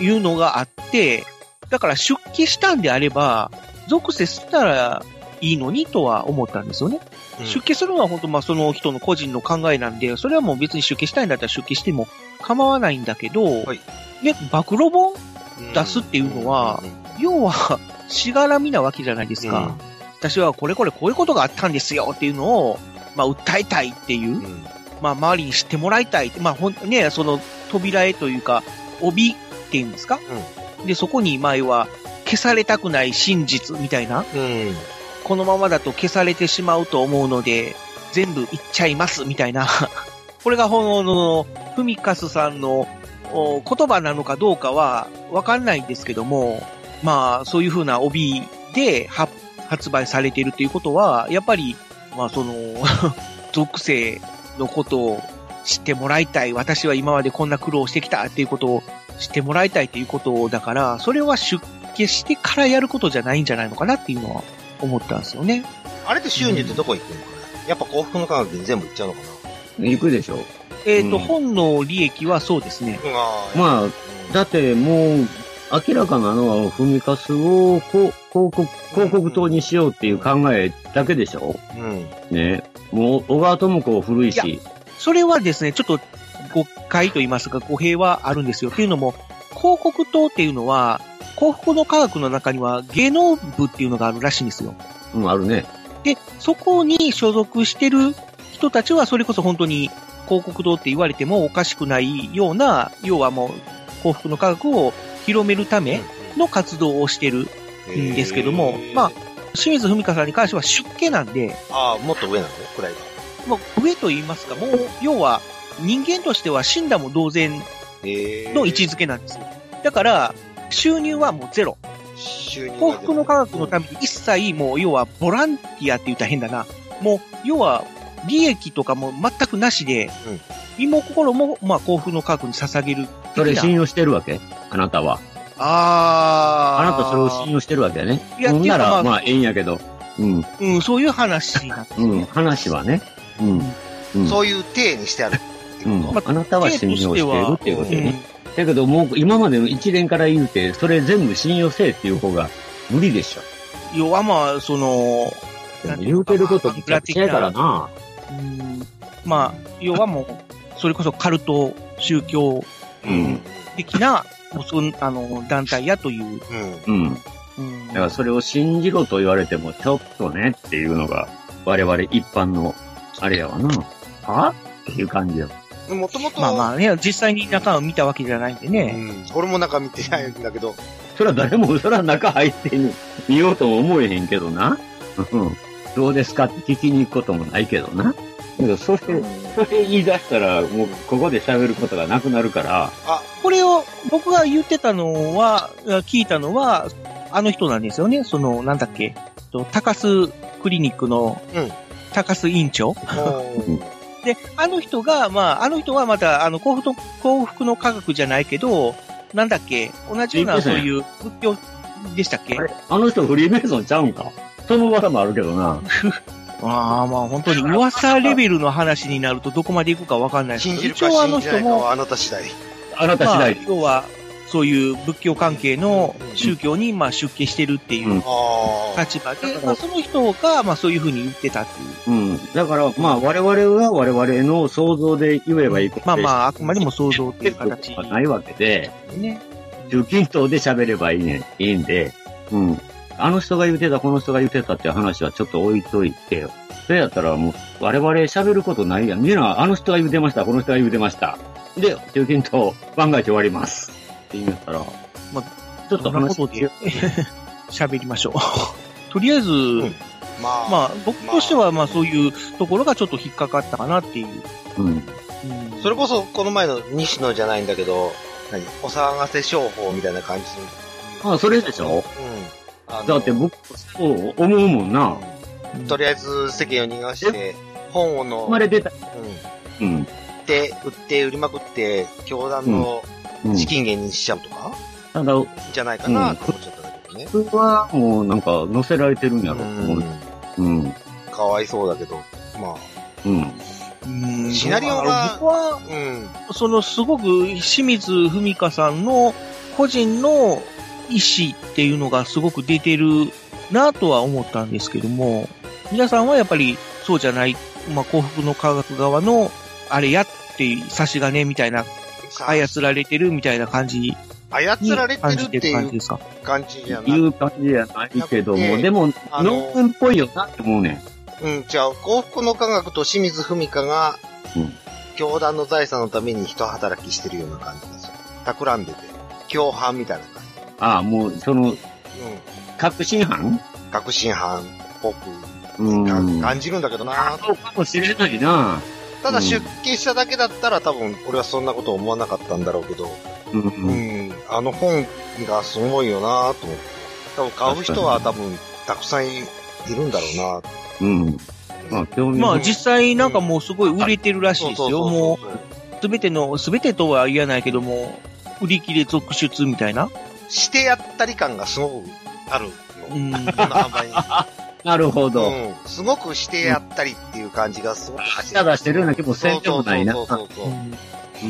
[SPEAKER 2] いうのがあって、だから出家したんであれば、属性したらいいのにとは思ったんですよね。出家するのは本当まあその人の個人の考えなんで、それはもう別に出家したいんだったら出家しても構わないんだけど、
[SPEAKER 3] はい
[SPEAKER 2] ね、暴露本
[SPEAKER 3] うん
[SPEAKER 2] 出すっていうのは
[SPEAKER 3] うんうん
[SPEAKER 2] 要は、しがらみなわけじゃないですか。私はこれこれこういうことがあったんですよっていうのを、まあ訴えたいっていう
[SPEAKER 3] う、ん
[SPEAKER 2] まあ周りに知ってもらいたいって、まあほん、ね、その扉絵というか、帯っていうんですか、で、そこに前は消されたくない真実みたいな、
[SPEAKER 3] うん。
[SPEAKER 2] このままだと消されてしまうと思うので、全部いっちゃいますみたいな、 これがほんの、ふみかすさんのお言葉なのかどうかはわかんないんですけども、まあそういうふうな帯で発発売されているということは、やっぱり、まあその、 属性のことを知ってもらいたい。私は今までこんな苦労してきたっていうことを知ってもらいたいということだから、それは出家してからやることじゃないんじゃないのかなっていうのは思ったんですよね。
[SPEAKER 3] あれって収入ってどこ行くのかなやっぱ幸福の科学に全部行っちゃうのか
[SPEAKER 1] 行くでしょ
[SPEAKER 2] えっ、と、
[SPEAKER 1] うん
[SPEAKER 2] 本の利益はそうですね。
[SPEAKER 3] なああ
[SPEAKER 1] まあ、だってもう、明らかなのは、フミカスをこ広告、広告塔にしようっていう考えだけでしょ
[SPEAKER 3] うん。
[SPEAKER 1] ね。もう、小川智子古い
[SPEAKER 2] い
[SPEAKER 1] し、
[SPEAKER 2] それはですね、ちょっと誤解と言いますか、語弊はあるんですよ。というのも、広告塔っていうのは、幸福の科学の中には芸能部っていうのがあるらしいんですよ。
[SPEAKER 1] うん、あるね。
[SPEAKER 2] で、そこに所属してる人たちは、それこそ本当に広告堂って言われてもおかしくないような、要はもう幸福の科学を広めるための活動をしてる。んですけども
[SPEAKER 3] へー
[SPEAKER 2] まあ清水文香さんに関しては出家なんで、
[SPEAKER 3] ああ、もっと上なのくらいが。
[SPEAKER 2] もう上と言いますか、もう要は人間としては死んだも同然
[SPEAKER 3] へー
[SPEAKER 2] の位置づけなんですよ。だから、収入はもうゼロ。
[SPEAKER 3] 収入が出る
[SPEAKER 2] 幸福の科学のために一切もう要はボランティアって言ったら変だな。もう要は利益とかも全くなしで、
[SPEAKER 3] うん
[SPEAKER 2] 身も心もまあ幸福の科学に捧げる
[SPEAKER 1] それ
[SPEAKER 2] 的な
[SPEAKER 1] 信用してるわけあなたは。
[SPEAKER 2] あ
[SPEAKER 1] あ
[SPEAKER 2] ー
[SPEAKER 1] なたそれを信用してるわけね。
[SPEAKER 2] いや
[SPEAKER 1] ほんな
[SPEAKER 2] ってい
[SPEAKER 1] ら、
[SPEAKER 2] うかまあ
[SPEAKER 1] まあ、ええんやけど。うん、
[SPEAKER 2] うん、そういう話なんです
[SPEAKER 1] う
[SPEAKER 2] ね。
[SPEAKER 1] ん、話はね。うん。うん。
[SPEAKER 3] そういう体にしてあるって
[SPEAKER 1] う
[SPEAKER 3] こ
[SPEAKER 1] ん
[SPEAKER 3] と。
[SPEAKER 2] まあ
[SPEAKER 1] あなたは信用してるっていうことよ
[SPEAKER 2] うん
[SPEAKER 1] ね。だけどもう今までの一連から言うて、それ全部信用せえっていう方が無理でしょ。
[SPEAKER 2] 要はまあ、その、なんい
[SPEAKER 1] 言
[SPEAKER 2] う
[SPEAKER 1] う
[SPEAKER 2] か
[SPEAKER 1] てることめちゃくちゃやから。
[SPEAKER 2] まあ
[SPEAKER 1] な。
[SPEAKER 2] うんまあ、要はもう、それこそカルト宗教
[SPEAKER 1] うん
[SPEAKER 2] 的な、もうそんあの、団体やという
[SPEAKER 3] うん。
[SPEAKER 1] うん。
[SPEAKER 2] うん
[SPEAKER 1] だからそれを信じろと言われても、ちょっとねっていうのが、我々一般の、あれやわな。はっていう感じやわ。
[SPEAKER 3] もともと、
[SPEAKER 2] まあまあね、実際に中を見たわけじゃないんで
[SPEAKER 3] う
[SPEAKER 2] ね。
[SPEAKER 3] ん、俺もなんか見てないんだけど、
[SPEAKER 1] そら誰も、そら中入ってんの見ようとも思えへんけどな。うん。どうですかって聞きに行くこともないけどな。けど、それ、それ言い出したら、もうここで喋ることがなくなるから、
[SPEAKER 3] あ、
[SPEAKER 2] これを僕が言ってたのは、聞いたのは、あの人なんですよね。その、なんだっけ、と高須クリニックの
[SPEAKER 3] うん、
[SPEAKER 2] 高須院長。
[SPEAKER 3] もう、
[SPEAKER 2] で、あの人が、まあ、あの人はまた、あの、幸福の、幸福の科学じゃないけど、なんだっけ、同じような、
[SPEAKER 1] いいです
[SPEAKER 2] そう
[SPEAKER 1] ね
[SPEAKER 2] いう仏教でしたっけ
[SPEAKER 1] あれあの人フリーメイソンちゃうんかその技もあるけどな。
[SPEAKER 2] ああ、まあ本当に噂レベルの話になるとどこまで行くかわかんないです
[SPEAKER 3] 信
[SPEAKER 2] け
[SPEAKER 3] じ
[SPEAKER 2] ど、
[SPEAKER 3] る
[SPEAKER 2] 一
[SPEAKER 3] か
[SPEAKER 2] 応あ
[SPEAKER 3] 信
[SPEAKER 2] の
[SPEAKER 3] じな
[SPEAKER 2] 人
[SPEAKER 3] いか
[SPEAKER 2] も、
[SPEAKER 3] はあなた次第。
[SPEAKER 1] あなた次
[SPEAKER 2] まあ、
[SPEAKER 1] 第。
[SPEAKER 2] 要は、そういう仏教関係の宗教に、まあ、出家してるっていううん
[SPEAKER 3] ああ。
[SPEAKER 2] 立場で、まあ、その人が、まあ、そういうふうに言ってたっていう。
[SPEAKER 1] うん。だから、まあ、我々は我々の想像で言えばいいことで
[SPEAKER 2] まあまあ、あくまでも想像っていう
[SPEAKER 1] って
[SPEAKER 2] 形
[SPEAKER 1] ことはないわけで、
[SPEAKER 2] ね。
[SPEAKER 1] 中近東で喋ればいいね、いいんで、うん。あの人が言ってた、この人が言ってたっていう話はちょっと置いといてよ。それやったらもう、我々喋ることないやん。みんな、あの人が言うてました、この人が言うてました。で、中近東、番外地終わります。って言うんやったら、
[SPEAKER 2] ま
[SPEAKER 1] ちょっと話
[SPEAKER 2] そんなことで 喋りましょう。 とりあえず、
[SPEAKER 3] んまあ、
[SPEAKER 2] まあ、僕としては、まあ、そういうところがちょっと引っかかったかなっていう。
[SPEAKER 1] うん。
[SPEAKER 2] うん
[SPEAKER 3] それこそ、この前の西野じゃないんだけど、何お騒がせ商法みたいな感じに。
[SPEAKER 1] あそれでしょ
[SPEAKER 3] うん。あの
[SPEAKER 1] だって僕、そう思うもんな。
[SPEAKER 3] うんとりあえず世間を逃がして、本をの、
[SPEAKER 1] 生まれ出た。
[SPEAKER 3] うん、
[SPEAKER 1] うん。
[SPEAKER 3] 売って、売って、売りまくって、教団の
[SPEAKER 1] うん、
[SPEAKER 3] 資金源にしちゃうとか、
[SPEAKER 1] ただ、
[SPEAKER 3] じゃないかなと思っちゃったんだけどね。
[SPEAKER 1] 普通はもうなんか乗せられてるんやろ
[SPEAKER 3] う
[SPEAKER 1] と思う。
[SPEAKER 3] ん。
[SPEAKER 1] うん。
[SPEAKER 3] かわいそうだけど、まあ、
[SPEAKER 1] うん。
[SPEAKER 2] うん
[SPEAKER 3] シナリオが
[SPEAKER 2] 僕は、
[SPEAKER 3] うん。
[SPEAKER 2] そのすごく清水文香さんの個人の意思っていうのがすごく出てるなとは思ったんですけども、皆さんはやっぱりそうじゃない、まあ幸福の科学側のあれやっていう差し金みたいな、
[SPEAKER 3] さ
[SPEAKER 2] 操られてるみたいな感じに
[SPEAKER 3] 操られて
[SPEAKER 2] 感
[SPEAKER 3] る
[SPEAKER 2] じ
[SPEAKER 3] って
[SPEAKER 2] る
[SPEAKER 3] い
[SPEAKER 2] 感じ
[SPEAKER 3] う
[SPEAKER 2] ですか。
[SPEAKER 3] 感じじゃない
[SPEAKER 1] い。う感じじゃないけども、でも、
[SPEAKER 3] あの
[SPEAKER 1] ノンンっぽいよなって思うねん。
[SPEAKER 3] うん、じゃあ、幸福の科学と清水文香が、
[SPEAKER 1] うん
[SPEAKER 3] 教団の財産のために一働きしてるような感じですよ。企んでて。共犯みたいな感
[SPEAKER 1] ああ、もう、その、
[SPEAKER 3] じ。う
[SPEAKER 1] 確信犯
[SPEAKER 3] ん。確信犯っぽく
[SPEAKER 1] うん。
[SPEAKER 3] か
[SPEAKER 1] そ
[SPEAKER 3] 感じるんだけどな
[SPEAKER 1] うかもしれないな。
[SPEAKER 3] た
[SPEAKER 1] う
[SPEAKER 3] だ
[SPEAKER 1] ん
[SPEAKER 3] 出家しただけだったら多分俺はそんなこと思わなかったんだろうけど、
[SPEAKER 1] うん。
[SPEAKER 3] う
[SPEAKER 1] うん
[SPEAKER 3] ん、あの本がすごいよなと思って。多分買う人は多分たくさんいるんだろうな
[SPEAKER 1] うん。まあ、興味
[SPEAKER 2] まあ
[SPEAKER 1] 本
[SPEAKER 2] 実際なんかもうすごい売れてるらしいですよ。もう
[SPEAKER 3] う。
[SPEAKER 2] すべての、すべてとは言えないけども、売り切れ続出みたいな。
[SPEAKER 3] してやったり感がすごくあるの。
[SPEAKER 2] う
[SPEAKER 3] こ
[SPEAKER 2] ん。
[SPEAKER 3] の販売に。
[SPEAKER 1] なるほど。
[SPEAKER 3] うん。すごくしてやったりっていう感じがすごく
[SPEAKER 1] はしゃ出してるような気もせんでもないな
[SPEAKER 3] そうそうそうそうそう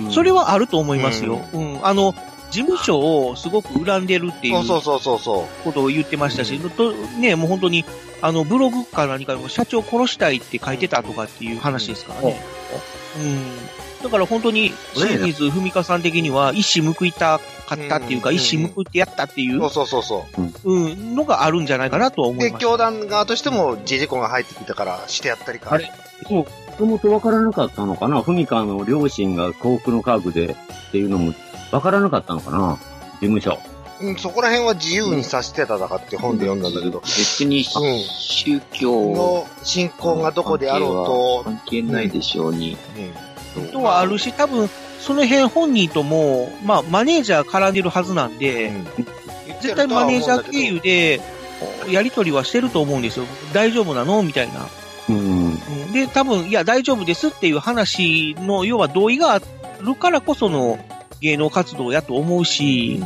[SPEAKER 1] うん
[SPEAKER 2] それ、はあると思いますよ。
[SPEAKER 3] う
[SPEAKER 2] うん。あの、事務所をすごく恨んでるってい
[SPEAKER 3] そううそうそうそうそう。
[SPEAKER 2] ことを言ってましたし、とね、もう本当に、あの、ブログか何かでも社長殺したいって書いてたとかっていう話ですからね。うん。だから本当に、
[SPEAKER 1] そうや
[SPEAKER 2] 清
[SPEAKER 1] な
[SPEAKER 2] 水文香さん的には、一矢報いたかったっていうか、
[SPEAKER 3] うん
[SPEAKER 2] 一矢報いてやったっていう
[SPEAKER 3] そう、そうそうそう。
[SPEAKER 2] うん、のがあるんじゃないかなとは思い
[SPEAKER 3] で、
[SPEAKER 2] ます。
[SPEAKER 3] 教団側としても、ジェジェコが入ってきたから、してやったりか。
[SPEAKER 1] あれもともとわからなかったのかなふみかの両親が幸福の科学でっていうのもわからなかったのかな事務所。
[SPEAKER 3] うん、そこら辺は自由にさしてただかって本で読んだんだけど、
[SPEAKER 4] 別に
[SPEAKER 3] うん
[SPEAKER 4] 宗教
[SPEAKER 3] の信仰がどこであろ
[SPEAKER 4] 関係ないでしょうに。
[SPEAKER 3] うと、うん
[SPEAKER 2] とはあるし、多分、その辺本人とも、まあ、マネージャー絡んでるはずなんで、絶対マネージャー経由で、やり取りはしてると思うんですよ。大丈夫なのみたいな。
[SPEAKER 1] うん。
[SPEAKER 2] うんで、多分、いや、大丈夫ですっていう話の、要は同意があるからこその芸能活動やと思うし、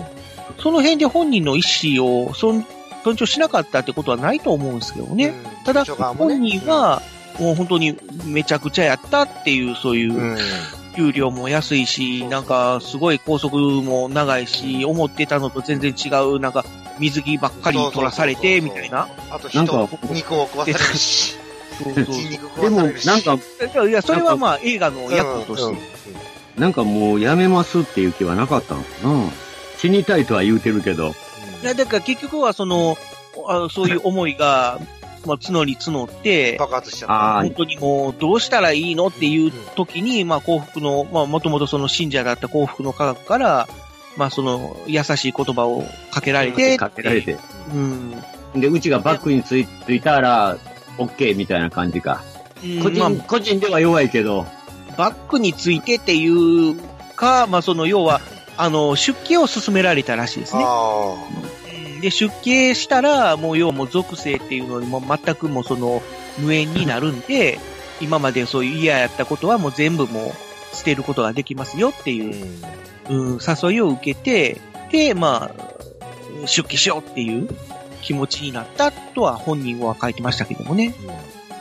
[SPEAKER 2] その辺で本人の意思を尊尊重しなかったってことはないと思うんですけどね。ただ、本人、は、もう本当にめちゃくちゃやったっていう、そういううん
[SPEAKER 3] うん
[SPEAKER 2] 給料も安いし、なんかすごい高速も長いし、思ってたのと全然違う、なんか水着ばっかり取らされて、みたいな。。
[SPEAKER 3] あと
[SPEAKER 1] なんか
[SPEAKER 3] 人、肉を食わされるし、
[SPEAKER 2] そうそう
[SPEAKER 3] 血肉
[SPEAKER 1] で
[SPEAKER 3] 食わ
[SPEAKER 1] も
[SPEAKER 3] される、し。
[SPEAKER 1] なんか、
[SPEAKER 2] いやいや、それはまあ映画の
[SPEAKER 3] うん、
[SPEAKER 2] 役として。
[SPEAKER 1] なんかもうやめますっていう気はなかったのかな死にたいとは言うてるけど、
[SPEAKER 2] いや、だから結局はその、あのそういう思いが、まあ、募り募って、
[SPEAKER 3] 爆発しちゃった。
[SPEAKER 1] ああ
[SPEAKER 2] 本、当にもうどうしたらいいのっていう時に、まあ幸福の、まあもともとその信者だった幸福の科学から、まあその優しい言葉をかけられて、
[SPEAKER 1] かけられて。
[SPEAKER 2] うん。
[SPEAKER 1] で、うちがバックについついたら、オッケーみたいな感じか。個
[SPEAKER 2] まあ
[SPEAKER 1] 人、個人では弱いけど、
[SPEAKER 2] バックについてっていうか、まあその要は、あの、出家を勧められたらしいですね。
[SPEAKER 3] あ
[SPEAKER 2] うんで、出家したら、もう要はもう属性っていうのにもう全くもうその無縁になるんで、今までそういう嫌やったことはもう全部もう捨てることができますよって
[SPEAKER 3] ー
[SPEAKER 2] いうう、
[SPEAKER 3] ん
[SPEAKER 2] うん、誘いを受けて、で、まあ、出家しようっていう気持ちになったとは本人は書いてましたけどもね。だか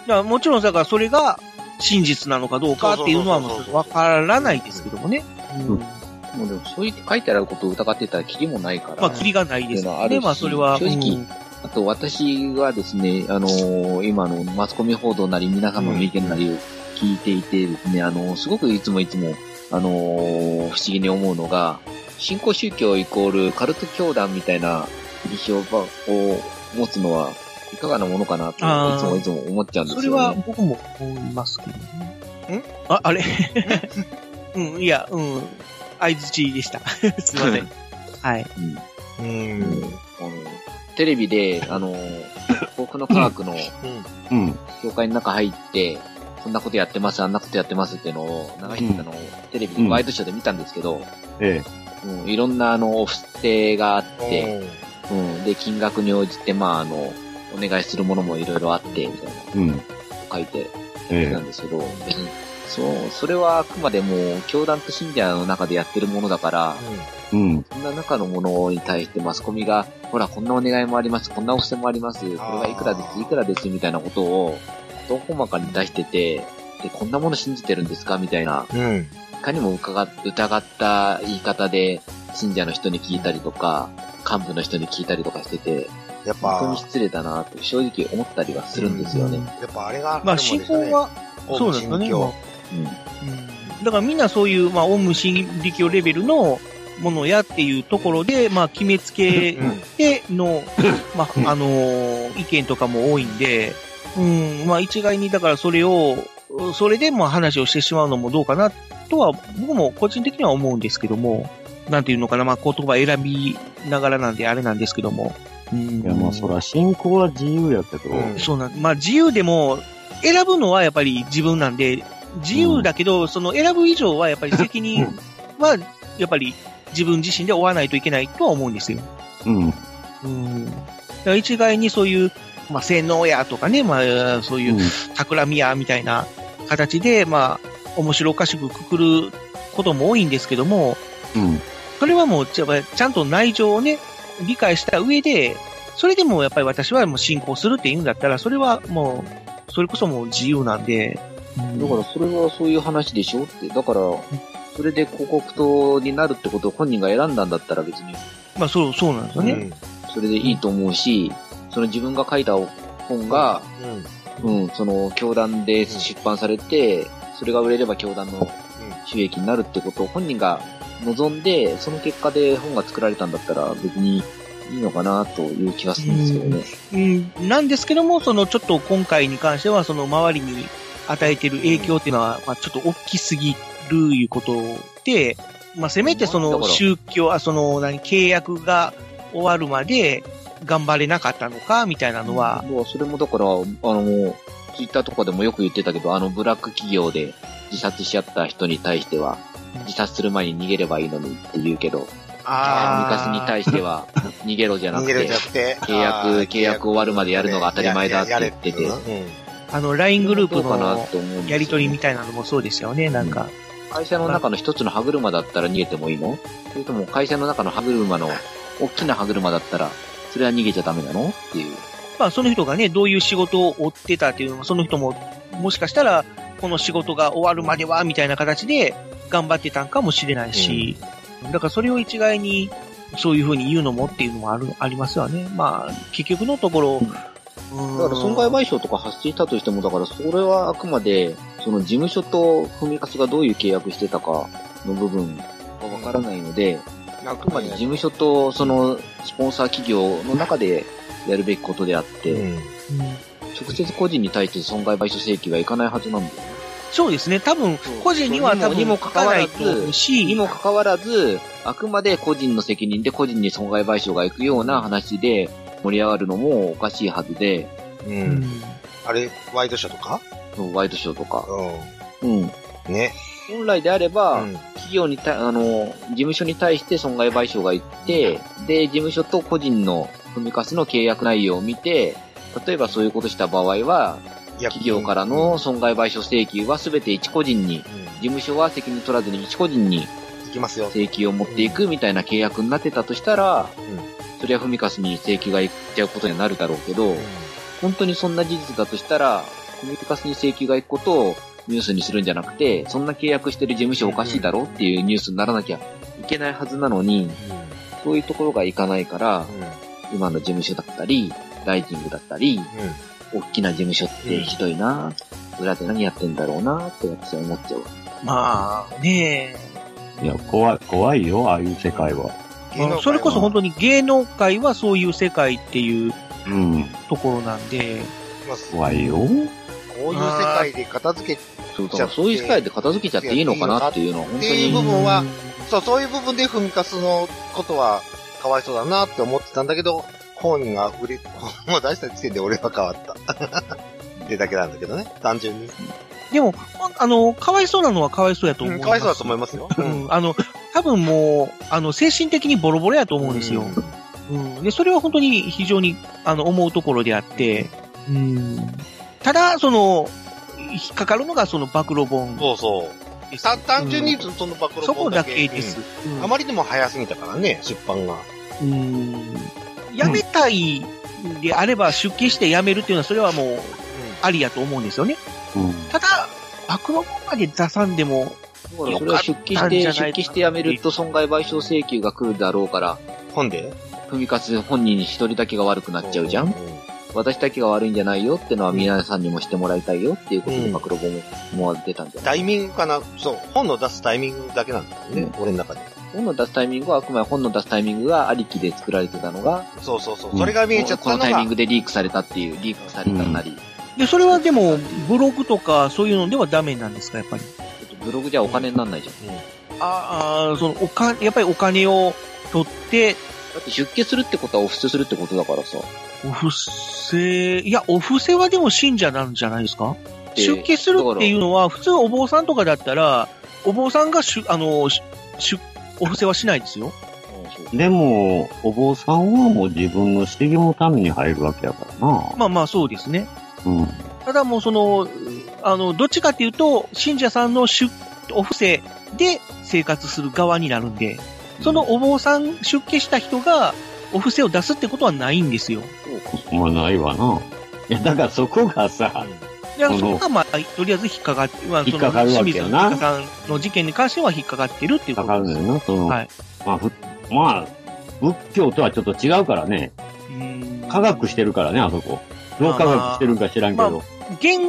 [SPEAKER 2] らもちろん、だからそれが真実なのかどうかっていうのはもうわからないですけどもね。
[SPEAKER 1] う
[SPEAKER 2] うんん、
[SPEAKER 4] もうでもそう言って書いてあることを疑ってたらキリもないから。
[SPEAKER 2] まあ、キリがないです
[SPEAKER 4] っていうのは
[SPEAKER 2] よ
[SPEAKER 4] ある
[SPEAKER 2] ね。
[SPEAKER 4] し
[SPEAKER 2] まあ、それは。
[SPEAKER 4] 正直
[SPEAKER 2] うん
[SPEAKER 4] あと私はですね、あのー今のマスコミ報道なり皆様の意見なりを聞いていてですね、あのーすごくいつもいつも、あのー不思議に思うのが、新興宗教イコールカルト教団みたいな印象を持つのはいかがなものかなと、
[SPEAKER 2] あー
[SPEAKER 4] いつもいつも思っちゃうんで
[SPEAKER 2] そ
[SPEAKER 4] す
[SPEAKER 2] れ
[SPEAKER 4] よ
[SPEAKER 2] は
[SPEAKER 4] ね。
[SPEAKER 2] 僕も思いますけどね。んあ、あれ うん、いや、うん。相づちでした。 すいません。はい。
[SPEAKER 4] う
[SPEAKER 3] う
[SPEAKER 4] んうん
[SPEAKER 3] ん。
[SPEAKER 4] あのテレビで、あの ー、僕の科学の
[SPEAKER 1] うん。
[SPEAKER 4] 教会の中入って、こんなことやってます、あんなことやってますっていうのを流してたのを、テレビでワイドショーで見たんですけど、
[SPEAKER 1] え
[SPEAKER 4] うん、いろんなあの、お布施があって、
[SPEAKER 3] うん
[SPEAKER 4] うん、で、金額に応じて、まあ、あの、お願いするものもいろいろあって、みたいな
[SPEAKER 1] え、うん。
[SPEAKER 4] 書いて
[SPEAKER 1] え
[SPEAKER 4] たんですけど、別に、そう、それはあくまでも、教団と信者の中でやってるものだから、
[SPEAKER 1] え、うん。
[SPEAKER 4] そんな中のものに対してマスコミが、ほら、こんなお願いもあります、こんなお布施もあります、これはいくらです、いくらです、みたいなことを、どこまかに出してて、で、こんなもの信じてるんですかみたいな、
[SPEAKER 3] うん。
[SPEAKER 4] いかにも伺っ疑った言い方で、信者の人に聞いたりとか、幹部の人に聞いたりとかしてて、
[SPEAKER 3] やっ
[SPEAKER 4] 本当に
[SPEAKER 3] ぱ、
[SPEAKER 4] 失礼だなと正直思ったりはするんですよね。
[SPEAKER 3] やっぱあれが、
[SPEAKER 2] まあ、
[SPEAKER 3] でも
[SPEAKER 2] 信
[SPEAKER 3] ですね
[SPEAKER 2] 仰、は、
[SPEAKER 3] そ
[SPEAKER 2] そうう
[SPEAKER 3] な
[SPEAKER 2] なんん
[SPEAKER 3] で
[SPEAKER 2] ですす
[SPEAKER 3] よ
[SPEAKER 2] よ
[SPEAKER 3] ね。
[SPEAKER 2] ね
[SPEAKER 4] うん。
[SPEAKER 2] だからみんなそういう、まあ、オウム真理教レベルのものやっていうところで、まあ、決めつけての、まあ、あのー意見とかも多いんで、うん、まあ、一概にだからそれを、それでまあ話をしてしまうのもどうかなとは、僕も個人的には思うんですけども、なんていうのかな、まあ、言葉選びながらなんであれなんですけども。うん、
[SPEAKER 1] いや、まあ、そら、信仰は自由やけど、
[SPEAKER 3] うん
[SPEAKER 2] そうなん、まあ自由でも、選ぶのはやっぱり自分なんで、自由だけど、その選ぶ以上はやっぱり責任は、やっぱり自分自身で負わないといけないとは思うんですよ。
[SPEAKER 1] うん。
[SPEAKER 2] うん。だから一概にそういう、まあ洗脳やとかね、まあそういう企みやみたいな形で、まあ面白おかしくくくることも多いんですけども、
[SPEAKER 1] うん。
[SPEAKER 2] それはもうちゃちゃんと内情をね、理解した上で、それでもやっぱり私はもう進行するって言うんだったら、それはもう、それこそもう自由なんで。
[SPEAKER 4] だからそれはそういう話でしょって。だから、それで広告塔になるってことを本人が選んだんだったら別に
[SPEAKER 2] まあそう、そうなんですよ
[SPEAKER 3] うん。う
[SPEAKER 2] ね。
[SPEAKER 3] ん。
[SPEAKER 4] それでいいと思うし、その自分が書いた本が、
[SPEAKER 3] うん。
[SPEAKER 4] うん、その教団で出版されて、それが売れれば教団の収益になるってことを本人が望んで、その結果で本が作られたんだったら別にいいのかなという気がするんですけどね。
[SPEAKER 2] うん、なんですけども、そのちょっと今回に関しては、その周りに与えてる影響っていうのは、まあちょっと大きすぎるいうことで、まあせめてそ
[SPEAKER 4] だ
[SPEAKER 2] の
[SPEAKER 4] から
[SPEAKER 2] 宗教、あ、その何、契約が終わるまで頑張れなかったのか、みたいなのは、
[SPEAKER 4] もうそれもだから、あの、ツイッターとかでもよく言ってたけど、あのブラック企業で自殺しちゃった人に対しては、自殺する前に逃げればいいのにって言うけど、昔に対し ては逃げろじゃな
[SPEAKER 3] 逃
[SPEAKER 4] く
[SPEAKER 3] げる
[SPEAKER 4] て
[SPEAKER 3] んじゃ、なくて、
[SPEAKER 4] 契約
[SPEAKER 3] あー
[SPEAKER 4] 契約終わるまでやるのが当たり前だって言ってて
[SPEAKER 3] やれやれいうのうん
[SPEAKER 2] あの、LINE グループ
[SPEAKER 4] どうかな
[SPEAKER 2] の
[SPEAKER 4] と思うんですよね
[SPEAKER 2] やりとりみたいなのもそうですよね、なんか。
[SPEAKER 4] 会社の中の一つの歯車だったら逃げてもいいのそれとも会社の中の歯車の大きな歯車だったら、それは逃げちゃダメなのっていう。
[SPEAKER 2] まあ、その人がね、どういう仕事を追ってたっていうのも、その人も、もしかしたら、この仕事が終わるまでは、みたいな形で頑張ってたんかもしれないし、だからそれを一概に、そういうふうに言うのもっていうのもある、ありますよね。まあ、結局のところ、うん
[SPEAKER 4] だから損害賠償とか発生したとしても、だからそれはあくまで、その事務所とフミカスがどういう契約してたかの部分がわからないので、
[SPEAKER 3] なん
[SPEAKER 4] あくまで事務所とそのスポンサー企業の中でやるべきことであって、
[SPEAKER 3] うん。
[SPEAKER 4] 直接個人に対して損害賠償請求はいかないはずなんだよ。
[SPEAKER 2] そうですね。多分
[SPEAKER 4] そう、
[SPEAKER 2] 個人には
[SPEAKER 4] そう
[SPEAKER 2] 多
[SPEAKER 4] に
[SPEAKER 2] 分書
[SPEAKER 4] もにもかか
[SPEAKER 2] か
[SPEAKER 4] わ
[SPEAKER 2] な
[SPEAKER 4] ら
[SPEAKER 2] い
[SPEAKER 4] ず
[SPEAKER 2] と思うし、
[SPEAKER 4] にもかかわらず、あくまで個人の責任で個人に損害賠償がいくような話で盛り上がるのもおかしいはずで、
[SPEAKER 3] う。
[SPEAKER 2] うんん
[SPEAKER 3] あれ、ワイドショーとか
[SPEAKER 4] ワイドショーとか。
[SPEAKER 3] う
[SPEAKER 4] うん。
[SPEAKER 3] ん。ね。
[SPEAKER 4] 本来であれ
[SPEAKER 3] う
[SPEAKER 4] ば、
[SPEAKER 3] ん。
[SPEAKER 4] 企業にた、あの、事務所に対して損害賠償がいって、で、事務所と個人の組みかすの契約内容を見て、例えばそういうことした場合は、企業からの損害賠償請求は全て一個人
[SPEAKER 3] う
[SPEAKER 4] に、
[SPEAKER 3] ん、
[SPEAKER 4] 事務所は責任取らずに一個人に
[SPEAKER 3] いきますよ。
[SPEAKER 4] 請求を持っていくみたいな契約になってたとしたら、そりゃフミカスに請求がいっちゃうことになるだろうけど、本当にそんな事実だとしたら、フミカスに請求がいくことをニュースにするんじゃなくて、そんな契約してる事務所おかしいだろっていうニュースにならなきゃいけないはずなのに、そういうところがいかないから、今の事務所だったり、ライティングだったり、大きな事務所ってひどいな、裏で何やってんだろうなって私は思っちゃう。
[SPEAKER 2] まあね
[SPEAKER 1] いや、怖い、怖いよ、ああいう世界は。
[SPEAKER 2] え、それこそ本当に芸能界はそういう世界っていう
[SPEAKER 1] うん、
[SPEAKER 2] ところなんで、
[SPEAKER 3] こ
[SPEAKER 1] 怖いよ。
[SPEAKER 3] ういう世界で片付け
[SPEAKER 4] そうだからそういう世界で片付けちゃっていいのかなっていうのは本当
[SPEAKER 3] っていう部
[SPEAKER 4] に、
[SPEAKER 3] 分はそう、そういう部分でフミカスのことは、かわいそうだなって思ってたんだけど、本が売れ、本を出した時点で俺は変わった。 ってだけなんだけどね、単純に。
[SPEAKER 2] でも、あの、かわいそうなのはかわいそうやと思う。
[SPEAKER 3] かわいそうだと思いますよ。
[SPEAKER 2] うんあの、多分もう、あの、精神的にボロボロやと思うんですよ。うん。で、それは本当に非常に、あの、思うところであって、うん。ただ、その、引っかかるのがその暴露本
[SPEAKER 3] そうそう。
[SPEAKER 2] です
[SPEAKER 3] た単純にその暴露
[SPEAKER 2] そこ
[SPEAKER 3] 本
[SPEAKER 2] だ
[SPEAKER 3] だけ。
[SPEAKER 2] けです。
[SPEAKER 3] う
[SPEAKER 2] うんん
[SPEAKER 3] あまりにも早すぎたからね、出版が。
[SPEAKER 2] うん。辞めたいであれば、出勤して辞めるっていうのは、それはもう、ありやと思うんですよね。
[SPEAKER 1] うん。
[SPEAKER 2] ただ、暴露本まで出さんでも、
[SPEAKER 4] だからそれは出勤して、出勤して辞めると損害賠償請求が来るだろうから、
[SPEAKER 3] 本で
[SPEAKER 4] フミカス本人に一人だけが悪くなっちゃうじゃん私だけが悪いんじゃないよってのは皆さんにもしてもらいたいよっていうこと
[SPEAKER 3] う
[SPEAKER 4] で
[SPEAKER 3] ん
[SPEAKER 4] マクロボもも出たんじゃない
[SPEAKER 3] タイミングかなそう、本の出すタイミングだけなんだよね、
[SPEAKER 4] うん
[SPEAKER 3] 俺の中で。
[SPEAKER 4] 本の出すタイミングはあくまで本の出すタイミングがありきで作られてたのが、
[SPEAKER 3] そうそうそうう。
[SPEAKER 1] ん
[SPEAKER 3] それが見えちゃった
[SPEAKER 4] こ
[SPEAKER 3] の
[SPEAKER 4] のタイミ
[SPEAKER 3] が
[SPEAKER 4] ン、グでリークされたっていう、リークされたなり、
[SPEAKER 2] で、それはでも、ブログとかそういうのではダメなんですか、やっぱり。
[SPEAKER 4] ブログじゃお金にならないじゃん。
[SPEAKER 2] ああ、その、おか、やっぱりお金を取って、
[SPEAKER 4] だって出家するってことはお布施するってことだからさ。
[SPEAKER 2] お布施、いや、お布施はでも信者なんじゃないですか
[SPEAKER 4] で
[SPEAKER 2] 出家するっていうのは、普通お坊さんとかだったら、お坊さんがしゅ、あの、しゅ、お布施はしないですよ。
[SPEAKER 4] うんそう
[SPEAKER 1] でも、お坊さんはもう自分の修行のために入るわけやからな。
[SPEAKER 2] まあまあ、そうですね。
[SPEAKER 1] うん。
[SPEAKER 2] ただもうその、あの、どっちかっていうと、信者さんの出、お布施で生活する側になるんで、そのお坊さん、出家した人が、お布施を出すってことはないんですよ。
[SPEAKER 1] まあ、ないわな。いや、だからそこがさ、
[SPEAKER 2] で、
[SPEAKER 1] うん
[SPEAKER 2] そこが、まあ、とりあえず引っかかって、まあ、
[SPEAKER 1] 引っかかるわけやな
[SPEAKER 2] その清水美香さんの事件に関しては引っかかってるっていうこ
[SPEAKER 1] かか
[SPEAKER 2] と
[SPEAKER 1] るの
[SPEAKER 2] です。
[SPEAKER 1] よな、その、
[SPEAKER 2] はい
[SPEAKER 1] まあ、ふまあ、仏教とはちょっと違うからね、
[SPEAKER 2] うん
[SPEAKER 1] 科学してるからね、あそこ。どう科学してるんか知らんけ
[SPEAKER 2] ま
[SPEAKER 1] ど。
[SPEAKER 2] 原、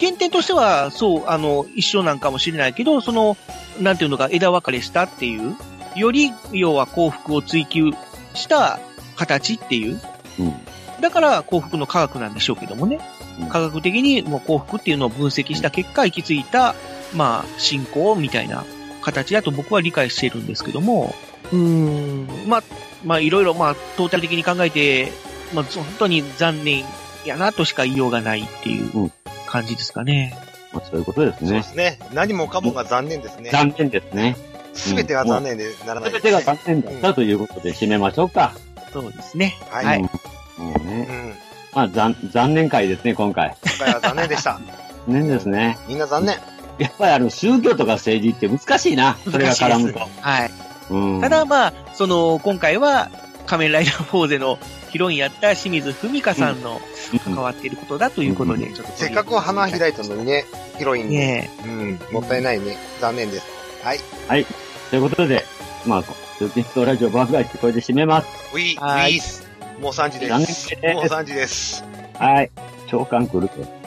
[SPEAKER 2] 原点としては、そう、あの、一緒なんかもしれないけど、その、なんていうのか、枝分かれしたっていう、より、要は幸福を追求した形っていう、
[SPEAKER 1] うん。
[SPEAKER 2] だから幸福の科学なんでしょうけどもね
[SPEAKER 1] うん。
[SPEAKER 2] 科学的にもう幸福っていうのを分析した結果、行き着いた、まあ、信仰みたいな形だと僕は理解しているんですけども、うーん、まあ、まあ、いろいろ、まあ、トータル的に考えて、まあ、本当に残念やなとしか言いようがないっていう感じですかね。
[SPEAKER 1] まあ、そういうことです
[SPEAKER 3] そうで
[SPEAKER 1] ね。
[SPEAKER 3] すね。何もかもが残念ですね。
[SPEAKER 1] 残念ですね。
[SPEAKER 3] すべては残念でならない
[SPEAKER 1] す
[SPEAKER 3] で
[SPEAKER 1] べ
[SPEAKER 3] すね。
[SPEAKER 1] てが残念だったということで締めましょうか。
[SPEAKER 2] そうですね。
[SPEAKER 3] は
[SPEAKER 1] う
[SPEAKER 3] い。
[SPEAKER 1] んもう
[SPEAKER 3] うん。
[SPEAKER 1] ね。ま
[SPEAKER 3] 今
[SPEAKER 1] あ、残、残念会ですね、今回。
[SPEAKER 3] 回は残念で した。
[SPEAKER 1] 残念ですね。
[SPEAKER 3] みんな残念。
[SPEAKER 1] やっぱりあの、宗教とか政治って難しいな。それが絡むと。
[SPEAKER 2] はい。
[SPEAKER 1] うん。
[SPEAKER 2] ただ、まあ、その、今回は、仮面ライダーフォーゼのヒロインやった清水文香さんの
[SPEAKER 1] うん、
[SPEAKER 2] 関わっていることだということで、
[SPEAKER 1] う
[SPEAKER 2] ちょっと
[SPEAKER 3] せっかく花開いたのにね、ヒロインね。
[SPEAKER 2] ね
[SPEAKER 3] うん。もったいないね。残念です。はい。
[SPEAKER 1] ということで、まあ、通勤とラジオ番外ってこれで締めます。
[SPEAKER 3] ウィー、ウ
[SPEAKER 2] は
[SPEAKER 3] ィ
[SPEAKER 2] い
[SPEAKER 3] ース。もう3時で。
[SPEAKER 1] 残念ですす
[SPEAKER 3] もう3時です。
[SPEAKER 1] はい。長官来ると。